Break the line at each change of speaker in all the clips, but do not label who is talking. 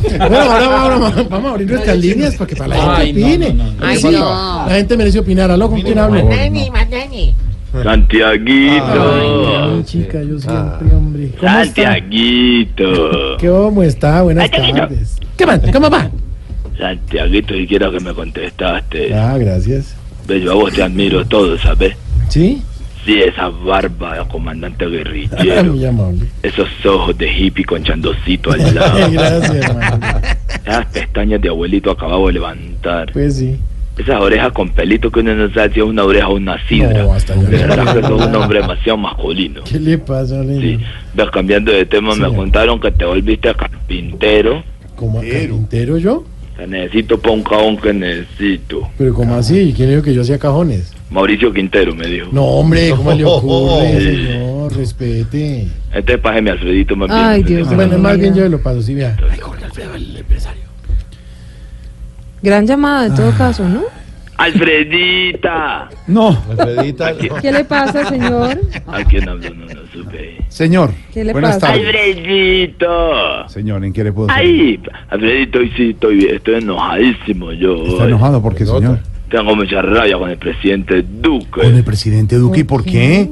Bueno, ahora, ahora vamos- vamos a abrir nuestras líneas para que para la
Ay,
gente
no,
opine.
no, no, no.
Porque
Ay,
sí,
no.
La gente merece opinar. ¿Aló? ¿Con quién hablo?
Dani, Dani.
Ay,
Santiaguito.
chica, yo siempre, hombre. ¿Cómo está?
Santiaguito.
¿Cómo está? Buenas
Santiaguito.
tardes. ¿Qué más? ¿Cómo va?
Santiaguito, y quiero que me contestaste.
Ah, gracias.
Bello, a vos te admiro todo, ¿sabes?
¿Sí?
Sí, esa barba de comandante
Ah,
guerrillero.
muy amable.
Esos ojos de hippie con chandocito al
Ay,
lado.
gracias, hermano.
Esas pestañas de abuelito acabado de levantar.
Pues sí.
Esas orejas con pelito que uno no sabe si es una oreja o una sidra.
No, hasta allá.
De verdad que sos un hombre demasiado masculino.
¿Qué le pasa,
Sí.
Lino?
Ves, cambiando de tema, me
Sí.
contaron que te volviste carpintero.
¿Cómo a carpintero yo?
Que necesito pa' un cajón que necesito.
¿Pero cómo así? ¿Quién le dijo que yo hacía cajones?
Mauricio Quintero me dijo.
No, hombre, ¿cómo le ocurre,
Oh.
señor? Respete.
Este es pájeme a Alfredito más bien.
Ay, Dios
Bueno,
mío.
más bien yo lo paso, sí, vea.
Gran llamada en
Ah.
todo caso, ¿no?
¡Alfredita!
No,
Alfredita.
¿Qué le pasa, señor?
¿A quién hablo? No, no supe.
señor.
¿Qué le
Buenas
pasa?
tardes.
¡Alfredito!
Señor, ¿en qué le puedo servir?
¡Ay! Alfredito, hoy sí estoy, estoy enojadísimo yo.
Está
hoy.
enojado porque, señor.
Tengo mucha rabia con el presidente Duque.
Con el presidente Duque, ¿y por qué?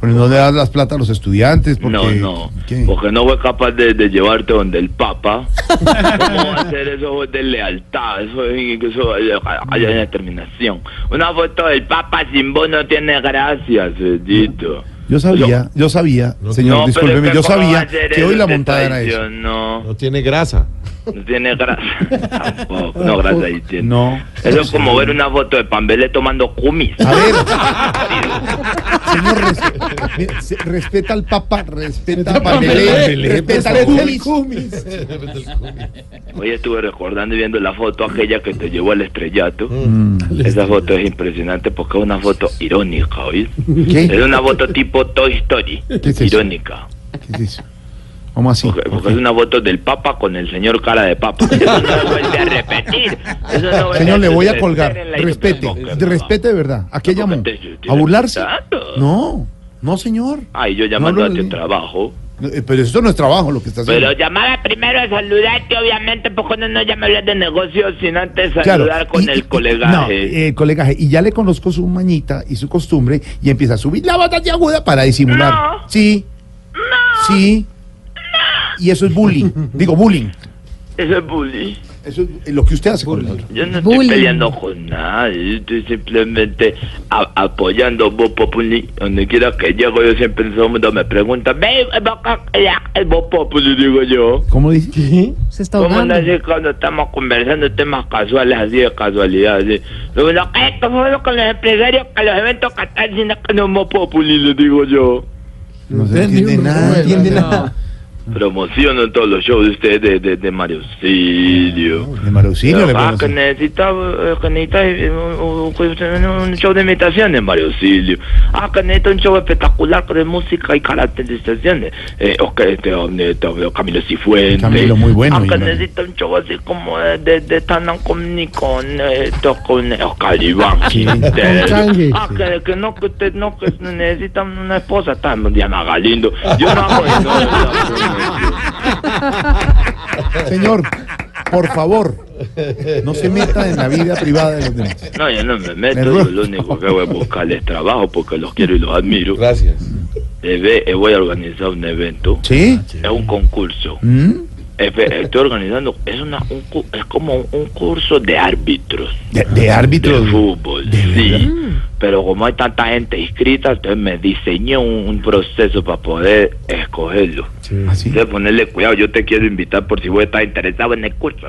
Porque no le das las plata a los estudiantes. Porque,
No, no,
¿qué?
porque no fue capaz de, de llevarte donde el Papa. ¿Cómo va a ser eso de lealtad? Eso es incluso eh, hay una determinación. Una foto del Papa sin vos no tiene gracia, Cedito.
Yo sabía, yo sabía, señor,
No, pero es
discúlpeme,
que
yo
¿cómo va
sabía
a ser
que hoy
eso?
la
Te
montada era eso.
traicionó.
No tiene grasa.
No tiene gracia. Tampoco. No, gracia ahí tiene.
No.
Eso es como ver una foto de Pambele tomando kumis.
A ver. señor, res- mire, se- respeta al Papa, respeta a Pambelé, respeta al Pues Cumis.
Hoy estuve recordando y viendo la foto aquella que te llevó al estrellato.
Mm,
Esa foto es impresionante porque es una foto irónica, ¿oís? Es
¿Qué?
una foto tipo Toy Story,
¿Qué es eso?
irónica.
¿Qué es eso? ¿Cómo así?
Porque, porque es una foto del Papa con el señor cara de Papa. Eso no lo vuelve a repetir. Eso no vuelve
Señor, le voy a
se
colgar.
espera en la
Respete, eh,
historia.
respete de verdad. ¿A qué
No,
llamó?
porque te- te-
¿A burlarse?
tanto.
No, no, señor.
Ay, yo
No,
llamando
no,
a tu
no.
trabajo.
No, eh, Pero esto no es trabajo lo que está haciendo.
Pero llamaba primero a saludarte, obviamente, porque uno no llama a hablar de negocios sin antes
Claro,
saludar con
y- y-
el colegaje.
No, eh, el colegaje. Y ya le conozco su mañita y su costumbre y empieza a subir la batalla aguda para disimular.
No.
Sí. Sí. Y eso es bullying. Digo, bullying.
Eso es bullying.
Eso es eh, lo que usted hace con el otro.
Yo no
Bullying.
estoy peleando con nadie, yo estoy simplemente a- apoyando Voz Populi. Donde quiera que llego, yo siempre todo el mundo me pregunta, ve, vaca, ya, el Voz Populi, digo yo.
¿Cómo dice?
Se está
¿Cómo
ahogando.
andas cuando estamos conversando temas casuales, así de casualidad? Así? Lo bueno, ¿qué pasó con los empresarios, con los eventos que están sin que no es Voz Populi, le digo yo?
No se
Entendí,
entiende
uno,
nada.
bueno,
entiende
no.
nada.
Promociono todos los shows de ustedes de, de, de Mario Silio.
De Marausilio le
ah, que
conoce.
necesita, eh, que necesita eh, un, un- un show de imitaciones, Mario Silio. Ah, que necesita un show espectacular de música y caracterizaciones. Eh, ok, este, eh, este, eh, Camilo Cifuentes.
Camilo, muy bueno,
Ah, que
y no-
necesita un show así como eh, de, de, Tanan con, ni con, eh, esto, con eh, Oscar Iván.
Sí.
Quintero.
Con Changue,
Ah,
sí.
que, que no, que usted no, que necesitan una esposa. Está Diana Galindo. Yo no hago eso. yo no hago eso.
Señor, por favor, no se meta en la vida privada de los demás.
No, yo no me meto,
Me
yo
ru-
lo único que voy a buscar es trabajo porque los quiero y los admiro.
Gracias.
Eh, ve, eh, voy a organizar un evento,
¿Sí?
es un concurso.
¿Mm?
Eh, ve, Estoy organizando, es, una, un cu- es como un curso de árbitros
De, de árbitro.
de fútbol,
¿De
sí.
verdad?
Pero como hay tanta gente inscrita, entonces me diseñé un, un proceso para poder escogerlo.
Así.
Entonces ponerle cuidado, yo te quiero invitar por si vos estás interesado en el curso.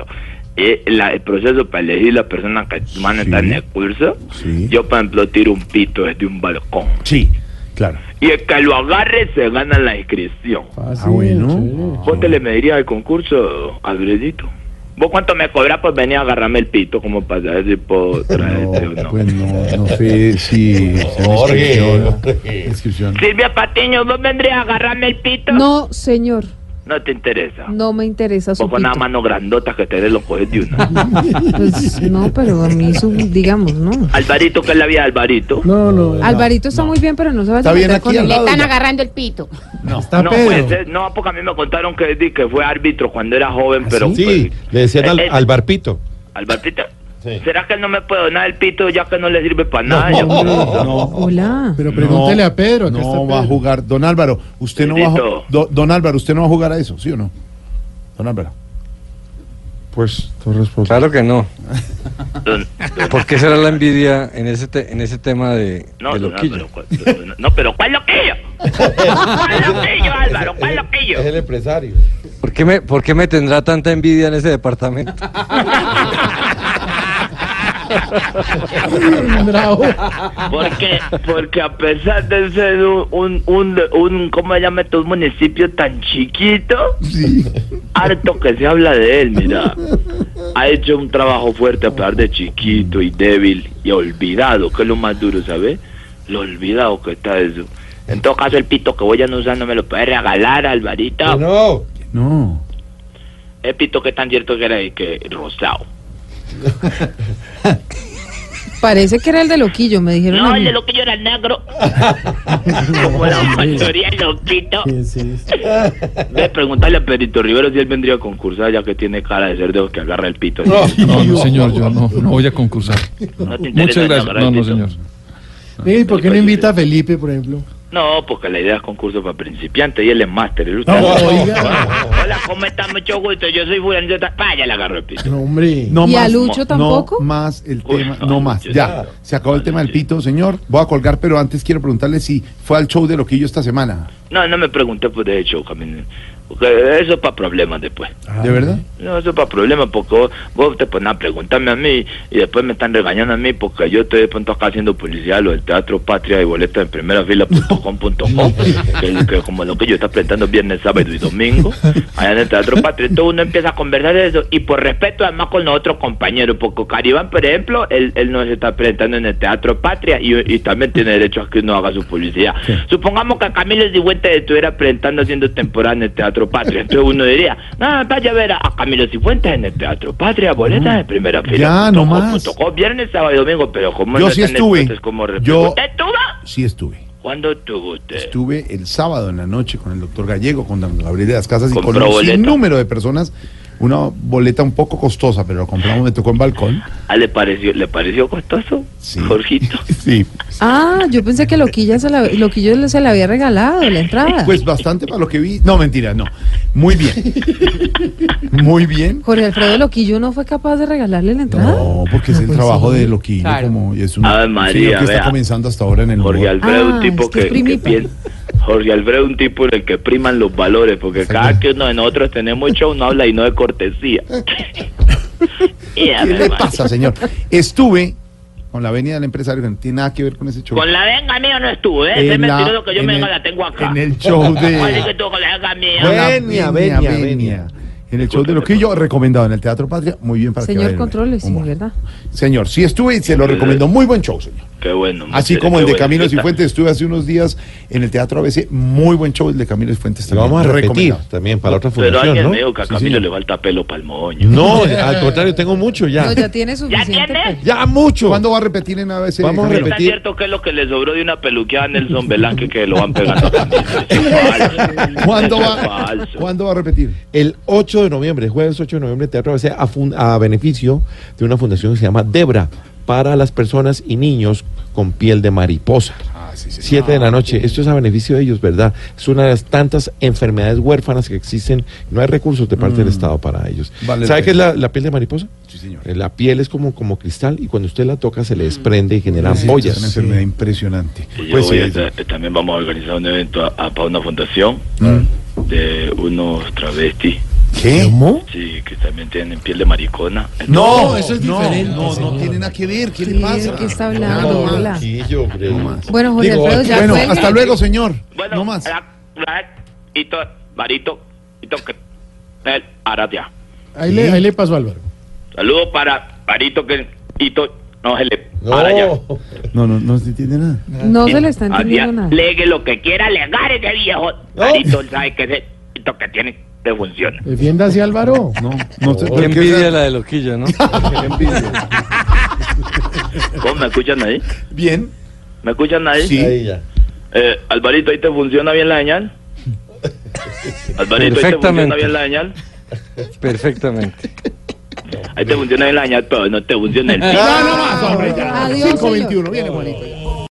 Eh, la- el proceso para elegir las personas que van a estar
Sí.
en el curso,
Sí.
yo por ejemplo tiro un pito desde un balcón.
Sí, claro.
Y el que lo agarre se gana la inscripción.
Fácil,
Ah, bueno.
chévere.
¿Vos te le medirías el concurso, Alfredito? ¿Vos cuánto me cobras por venir a agarrarme el pito como para saber si puedo traerte o
No,
no?
pues no, no sé si se me
Jorge,
inscripción.
Jorge.
inscripción.
Silvia Patiño, ¿vos vendrías a agarrarme el pito?
No, señor.
No te interesa.
No me interesa su
Vos con
pito.
una mano grandota que te dé los coges de uno.
Pues, no, pero a mí, su, digamos, no.
Alvarito, ¿qué es la vida de Alvarito?
No, no.
Alvarito está muy bien, pero no se va a
Está bien
meter
aquí
con
al
él.
lado.
Están agarrando el pito.
no.
Ah,
Está
no,
Pedro.
pues, eh, no, porque a mí me contaron que, di que fue árbitro cuando era joven, pero...
¿Ah, Sí,
pues,
le decían
eh,
al,
eh,
al barpito.
Alvarito,
Sí.
¿será que no me puedo donar el pito ya que no le sirve para nada?
No.
Ya, pues,
Hola.
Pero pregúntele
No,
a Pedro. acá
No
está
va a
Pedro.
jugar. Don Álvaro, usted no va a
Pedrito.
ju- Do- Don Álvaro, usted no va a jugar a eso, ¿sí o no? Don Álvaro.
Pues, tu responsabilidad.
Claro que no.
don-
¿Por qué será la envidia en ese, te- en ese tema de,
No,
de
no,
loquillo?
no, pero, cu- no, pero ¿cuál loquillo? ¿Cuál loquillo, Álvaro? ¿Cuál loquillo?
Es el empresario.
¿Por qué, me, ¿Por qué me tendrá tanta envidia en ese departamento?
Bravo.
Porque, porque a pesar de ser un, un, un, un- ¿cómo se llama esto? Un municipio tan chiquito, harto que se habla de él, mira. Ha hecho un trabajo fuerte a pesar de chiquito y débil y olvidado, que es lo más duro, ¿sabes? Lo olvidado que está eso. En todo caso, el pito que voy a no usar no me lo puede regalar, Alvarito.
No.
No.
El pito que tan cierto que era y que rosado.
Parece que era el de Loquillo, me dijeron.
No,
a
el
mí.
de loquillo era negro. Como la mayoría de loquito. Ve, preguntarle a Pedrito Rivero si él vendría a concursar, ya que tiene cara de ser de los que agarra el pito.
No, no, señor, yo no, no voy a concursar.
No te interesa
Muchas gracias.
agarrar
No,
el
no,
pito.
señor.
¿Y por qué no invita a Felipe, por ejemplo?
No, porque la idea es concurso para principiantes y él es máster. él usted-
No, oiga.
Hola, ¿cómo están? Mucho gusto. Yo soy fulanito. de tal. Vaya, le agarró el pito.
No, hombre.
No
¿Y
más,
a Lucho tampoco?
No más el
Uy,
tema,
no,
no más.
Lucho,
Ya,
claro.
se acabó el
No,
tema del
Lucho.
pito, señor. Voy a colgar, pero antes quiero preguntarle si fue al show de Loquillo esta semana.
No, no me pregunté por de hecho, Camilo. Porque eso es para problemas después.
¿De verdad?
No, eso es para problemas porque vos, vos te pones a preguntarme a mí y después me están regañando a mí porque yo estoy de pronto acá haciendo publicidad lo del Teatro Patria y boletas en primera fila.com.com que, que como lo que yo está presentando viernes, sábado y domingo allá en el Teatro Patria. Entonces uno empieza a conversar de eso y por respeto además con los otros compañeros porque Caribán, por ejemplo, él, él no se está presentando en el Teatro Patria y, y también tiene derecho a que uno haga su publicidad. Supongamos que Camilo Cifuentes estuviera presentando haciendo temporada en el Teatro Patria. Entonces uno diría, no, vaya a ver a, a Camilo Cifuentes en el Teatro Patria, boletas de primera fila.
Mm. Ya, no
Tocó-
más.
Tocó viernes, sábado y domingo, pero como
Yo
no
sí
están
estuve.
entonces como respeto.
Yo-
¿Usted estuvo?
Sí estuve.
¿Cuándo estuvo usted?
Estuve el sábado en la noche con el doctor Gallego, con don Gabriel de las Casas y
Compró
con un
boleta.
sinnúmero de personas. Una boleta un poco costosa, pero lo compramos, me tocó en balcón.
Ah, ¿le pareció, ¿Le pareció costoso,
Sí.
Jorgito?
Sí.
Ah, yo pensé que Loquillo se la, Loquillo se la había regalado la entrada.
Pues bastante para lo que vi. No, mentira, no. Muy bien. Muy bien.
Jorge Alfredo Loquillo no fue capaz de regalarle la entrada.
No, porque es el trabajo de Loquillo, como y es un
Ave
un
María,
señor que
vea.
está comenzando hasta ahora en el
Jorge
humor.
Alfredo es
Ah,
un tipo
es que es
que, que
primita.
piensa- Jorge Alfredo es un tipo en el que priman los valores, porque cada que uno de nosotros tenemos show, no habla y no de cortesía. Y a
¿Qué
ver,
le
man,
pasa, señor? Estuve con la venida del empresario que no tiene nada que ver con ese show.
Con la venga mía no estuve, ¿eh? es
En la-
mentiroso que yo
en
me
el-
venga la tengo acá.
En el show
Así que
de
tú con la venga mía.
con la venia,
Venia, venia,
venia.
venia.
En el show de Loquillo, recomendado en el Teatro Patria, muy bien para que
Señor
vayan a ver.
Controles, sí,
Humor.
¿verdad?
Señor, sí estuve y se lo recomiendo. Muy buen show, señor.
Qué bueno.
Así
mujer,
como
qué
el de
bueno.
Camilo
Yo ta-
Cifuentes, estuve hace unos días en el Teatro ABC. Muy buen show el de Camilo Cifuentes.
Lo vamos a
también,
repetir
recomendado.
también para otra
Pero
fundación,
alguien
¿no?
me dijo que a
Sí,
Camilo
señor.
le falta pelo para el moño.
No, al contrario, tengo mucho ya.
No, ya tiene
¿Ya
suficiente.
tiene?
Ya mucho.
¿Cuándo va a repetir en ABC?
Vamos a
Camilo?
Está
repetir.
cierto que es lo que le sobró de una peluqueada a Nelson Velázquez que lo van pegando también.
¿Cuándo
Eso es
va,
falso.
¿Cuándo va a repetir?
El 8 de noviembre, jueves 8 de noviembre, Teatro ABC a, fun- a beneficio de una fundación que se llama Debra para las personas y niños con piel de mariposa.
Ah, sí, sí.
7 de la noche. Esto es a beneficio de ellos, ¿verdad? Es una de las tantas enfermedades huérfanas que existen. No hay recursos de parte del Estado para ellos.
Mm. Vale la
¿Sabe qué es
pena.
la, la piel de mariposa?
Sí, señor.
Eh, La piel es como, como cristal y cuando usted la toca se le desprende y genera
Sí,
ampollas.
Mm. Es una enfermedad impresionante. eh,
Y yo
Pues
voy
sí,
a
es-
hacer- también vamos a organizar un evento a- a- para una fundación de unos travestis
¿Mm? ¿Qué?
sí, que también tienen piel de maricona.
No,
eso es diferente,
No, no, no
señor.
tiene nada que ver. ¿Qué le
Sí,
pasa?
¿de qué está hablando?
No, no,
Hola.
Chiquillo, hombre.
Bueno, Jorge
Digo,
Alfredo, ya
Bueno,
cuelgue.
hasta luego, señor.
Bueno, ah,
no más.
la- la- y to- varito, y to- que- el- Aratia.
Ahí le, ahí le pasó a Álvaro.
Saludos para varito que y to- no se le
No.
para allá.
No, no, no se entiende nada.
No se le está
Adiós.
entendiendo nada.
Legue lo que quiera alegar ese viejo. Varito, él sabe que ese pito que tiene te funciona.
Defiéndase, Álvaro.
No, no te-
Qué envidia la de Loquillo, ¿no?
Qué envidia.
¿Cómo me escuchan ahí?
Bien.
¿Me escuchan ahí?
Sí.
Ahí ya.
Eh, Alvarito, ¿ahí te funciona bien la señal? Alvarito, ¿ahí te funciona
Perfectamente.
bien la señal?
Perfectamente.
Ahí te funciona bien la señal, pero no te funciona el pito.
Ya, Ah, no más, hombre, ya.
Adiós,
5.21, viene Juanito. ya.